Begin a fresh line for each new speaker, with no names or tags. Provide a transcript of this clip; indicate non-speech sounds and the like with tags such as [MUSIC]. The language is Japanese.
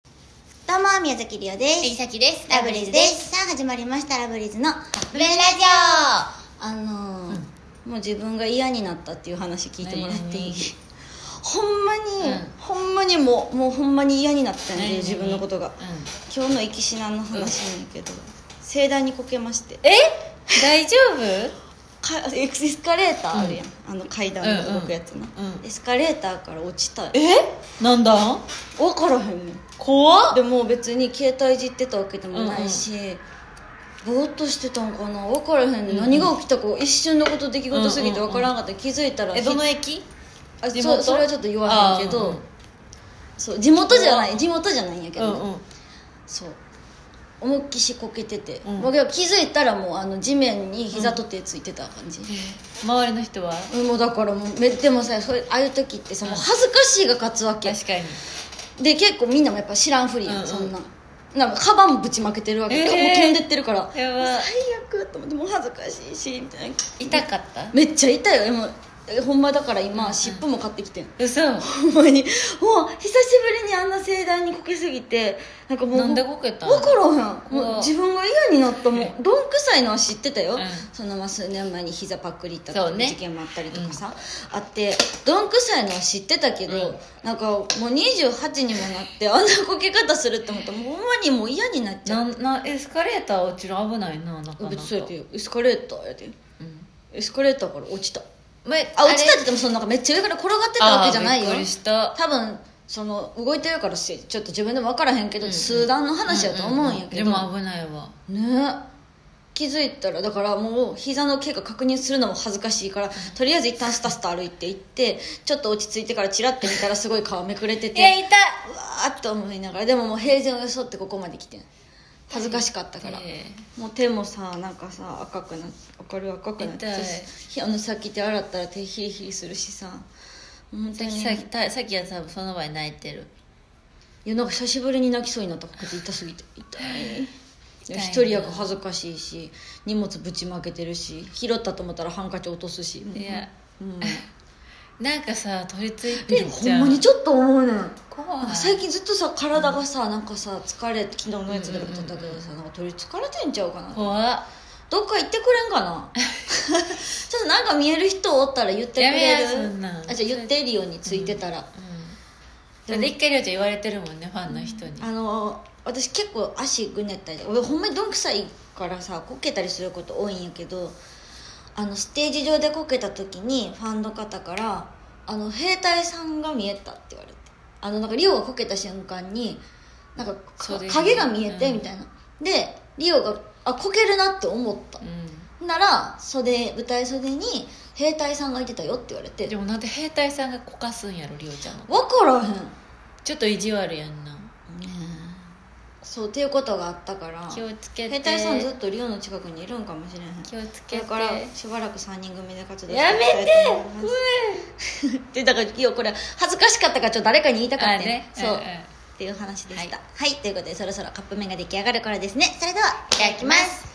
どうも、宮崎りおで
えり
す。
さきです
ラブリーズです。さあ、始まりました、ラブリーズの。
ブルーラ
あのーもう自分が嫌になったっていう話聞いてもらっていい
何々
ほんまに、
うん
ほんまにもう、もうほんまに嫌になったん
何
で、
々
自分のことが。
ジオ、う
今日の生き死なんの話なんやけど、盛大にこけまして。
ん、え大丈夫
[LAUGHS] かエクスカレーターあるやん、あの階段の動くやつな、
うんうん
エスカレーターから落ちたよ
えなんだ
分からへんねん
怖っ
でも別に携帯いじってたわけでもないし、ぼーっとしてたんかな分からへんねん、何が起きたか一瞬のこと出来事すぎて分からんかった、気づいたら
えどの駅
あ
地
そ
元
それはちょっと言わへんけ
あー
ど、
うんうん
そう地元じゃない地元じゃないんやけどね、
うん
そう思いっきしこけてて、
うん
もうけど気づいたらもうあの地面に膝と手ついてた感じ、
周りの人は
うんもうだからもうめでもさそれああいう時ってさもう恥ずかしいが勝つわけ
確かに
で結構みんなもやっぱ知らんふりやん、
うんうん
そんななんかカバンぶちまけてるわけ、
えー
もう飛んでってるから
やばい
最悪と思ってもう恥ずかしいしみたいな
痛かった
めっちゃ痛いよでもえほんまだから今湿布も買ってきてん
嘘
ほんまにもう久しぶりにあんな盛大にこけすぎてなんかもう
なんでこけたん
分からへん
う
もう
わ
自分が嫌になったもんどんくさいのは知ってたよ、
うん
そのまあ数年前に膝パックリいった
そうね
事件もあったりとかさ、あってどんくさいのは知ってたけど、
うん
なんかもう28にもなってあんなこけ方するって思ったらもうほんまにもう嫌になっちゃ
な
うん
なエスカレーター落ちる危ないななかなか
別にそうやってよエスカレーターやで
うん
エスカレーターから落ちた
前
あ落ちたって
っ
言ってもそのなんかめっちゃ上から転がってたわけじゃないよ
びっくりした
多分その動いてるからしちょっと自分でも分からへんけど、
うん
数段の話やと思うんやけど、
でも危ないわ
ね気づいたらだからもう膝の怪我確認するのも恥ずかしいからとりあえず一旦スタスタ歩いて行ってちょっと落ち着いてからチラッて見たらすごい顔めくれてて
痛いう
わーっと思いながらでももう平然を装ってここまで来てん恥ずかしかったから、
え
もう手もさなんかさ赤くな明るい赤くなって
痛い
ひあのさっき手洗ったら手ヒリヒリするしさ本当
え
に
さっきたさっきは多分その場に泣いてる
いやなんか久しぶりに泣きそうになったかって痛すぎて痛い
痛い
一
な
人やから恥ずかしいし荷物ぶちまけてるし拾ったと思ったらハンカチ落とすし
いや
うん、
なんかさ取り付い
で
て
も
る
ほ
じ
ん
ゃん
まにちょっと思うねんなん
怖い
か最近ずっとさ体がさなんかさ疲れて昨日のやつでも撮ったけどさなんか取りつかれてんちゃうかな
怖っ
どっか行ってくれんか
[LAUGHS]
なちょっとなんか見える人おったら言ってくれる
やめやそんなん
あじゃあ言ってリオについてたら、
それで一回りょうちゃん言われてるもんねファンの人に、
あの私結構足ぐねったり俺ほんまにどんくさいからさこけたりすること多いんやけどあのステージ上でこけた時にファンの方から「あの兵隊さんが見えた」って言われてあのなんかリオがこけた瞬間になんかか
袖に
影が見えて
うん
みたいな、でリオがあこけるなって思ったなら袖舞台袖に兵隊さんがいてたよって言われ
うん、で
て
もなんで兵隊さんがこかすんやろりょうちゃんの
分からへん、
ちょっと意地悪やんな
そうっていうことがあったから
気をつけて
兵隊さんずっとリオの近くにいるんかもしれへん
気をつ
こ
け
れ
て
からしばらく3人組で活動していき
や
たい
め
と思いますでだからリオこれ恥ずかしかったからちょっと誰かに言いたかった
あ
ね
[LAUGHS] ね
そう、
んん
っていう話でしたはい、ということでそろそろカップ麺が出来上がるからですねそれではいただきます